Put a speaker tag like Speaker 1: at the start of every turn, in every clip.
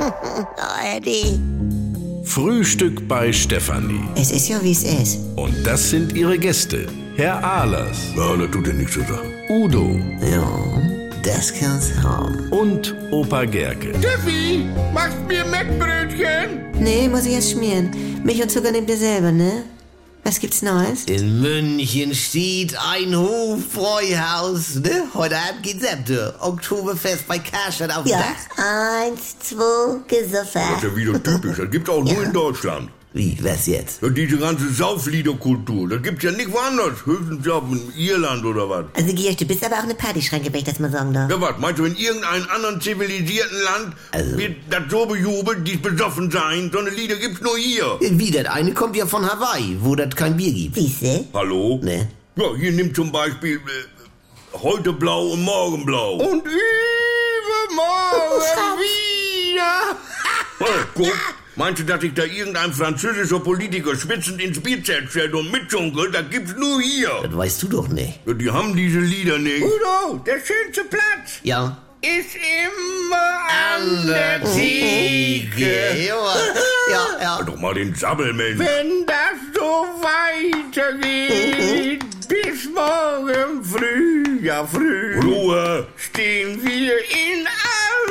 Speaker 1: oh, Eddie.
Speaker 2: Frühstück bei Stefanie.
Speaker 1: Es ist ja, wie es ist.
Speaker 2: Und das sind ihre Gäste. Herr Ahlers,
Speaker 3: Ja, das tut dir nichts zu sagen.
Speaker 2: Udo
Speaker 1: Ja, das kann's haben.
Speaker 2: und Opa Gerke.
Speaker 4: Steffi, machst mir Mettbrötchen?
Speaker 1: Nee, muss ich jetzt schmieren. Milch und Zucker nehmt ihr selber, ne? Was gibt's Neues?
Speaker 5: In München steht ein Hoffbräuhaus, ne? Heute Abend geht's ab, du. Oktoberfest bei Karstadt auf dem
Speaker 6: Ja,
Speaker 5: Dach.
Speaker 6: eins, zwei,
Speaker 3: Das
Speaker 6: gesuffer.
Speaker 3: ist ja wieder typisch. Das gibt's auch nur in Deutschland.
Speaker 5: Wie, was jetzt?
Speaker 3: Ja, diese ganze Saufliederkultur, das gibt's ja nicht woanders. Höchstens ja in Irland oder was.
Speaker 6: Also, Giersch, du bist aber auch eine Partyschranke, wenn ich das mal sagen darf.
Speaker 3: Ja, was, meinst du, in irgendeinem anderen zivilisierten Land wird das so bejubelt, dies besoffen sein? So eine Lieder gibt's nur hier.
Speaker 5: Wie, das eine kommt ja von Hawaii, wo das kein Bier gibt.
Speaker 6: Siehste?
Speaker 3: Hallo?
Speaker 5: Ne?
Speaker 3: Ja, hier nimmt zum Beispiel äh, heute blau und morgen blau.
Speaker 4: Und übermorgen wieder.
Speaker 3: Oh, guck, meinst du, dass sich da irgendein französischer Politiker schwitzend ins Bierzelt stellt und mitjunkelt? Das gibt's nur hier.
Speaker 5: Das weißt du doch nicht.
Speaker 3: Ja, die haben diese Lieder nicht.
Speaker 4: Udo, der schönste Platz
Speaker 5: Ja.
Speaker 4: ist immer an der Ziege.
Speaker 5: Ja, ja.
Speaker 3: Doch mal den Sabbel, Mensch.
Speaker 4: Wenn das so weitergeht, bis morgen früh, ja früh,
Speaker 3: Ruhe.
Speaker 4: stehen wir in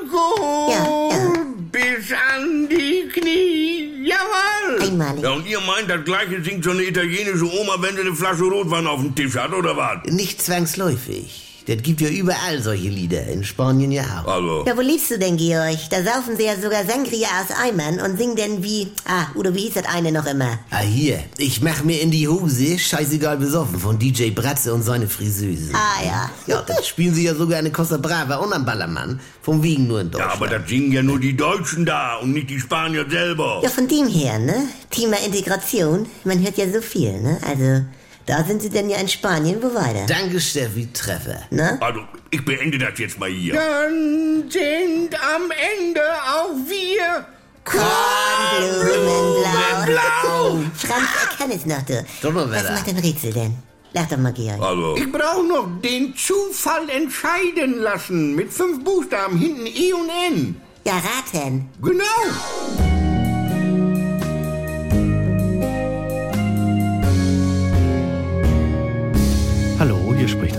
Speaker 4: Alkohol
Speaker 6: Ja, ja.
Speaker 4: bis an die Knie. Jawohl!
Speaker 6: Einmalig.
Speaker 3: Ja, und ihr meint, das gleiche singt so eine italienische Oma, wenn sie eine Flasche Rotwein auf dem Tisch hat, oder was?
Speaker 5: Nicht zwangsläufig. Das gibt ja überall solche Lieder. In Spanien ja auch.
Speaker 3: Also,
Speaker 6: Ja, wo lebst du denn, Georg? Da saufen sie ja sogar Sangria aus Eimern und singen denn wie... Ah, Udo, wie hieß das eine noch immer?
Speaker 5: Ah, hier. Ich mach mir in die Hose, scheißegal besoffen, von DJ Bratze und seine Friseuse.
Speaker 6: Ah, ja.
Speaker 5: Ja, das spielen sie ja sogar in der Costa Brava und am Ballermann. Von wegen nur in
Speaker 3: ja,
Speaker 5: Deutschland.
Speaker 3: aber das singen ja nur die Deutschen da und nicht die Spanier selber.
Speaker 6: Ja, von dem her, ne? Thema Integration, man hört ja so viel, ne? Also, da sind sie denn ja in Spanien, wo weiter?
Speaker 5: Danke, Steffi, Treffer.
Speaker 6: Ne?
Speaker 3: Also, ich beende das jetzt mal hier.
Speaker 4: Dann sind am Ende auch wir
Speaker 6: Kornblumenblau. Franz, er kann es noch, du.
Speaker 5: Donnerwetter.
Speaker 6: Was macht dein Rätsel denn? Lach doch mal, Georg.
Speaker 3: Also,
Speaker 4: Ich brauche noch den Zufall entscheiden lassen mit fünf Buchstaben hinten E und N.
Speaker 6: Ja, raten.
Speaker 4: Genau.
Speaker 7: Hallo, hier spricht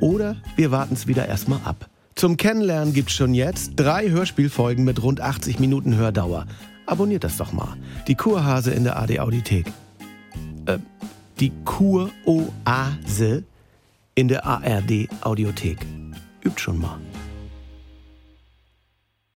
Speaker 7: Oder wir warten es wieder erstmal ab. Zum Kennenlernen gibt's schon jetzt drei Hörspielfolgen mit rund 80 Minuten Hördauer. Abonniert das doch mal. Die Kurhase in der AD Audiothek. Äh, die Kuroase in der ARD Audiothek. Übt schon mal.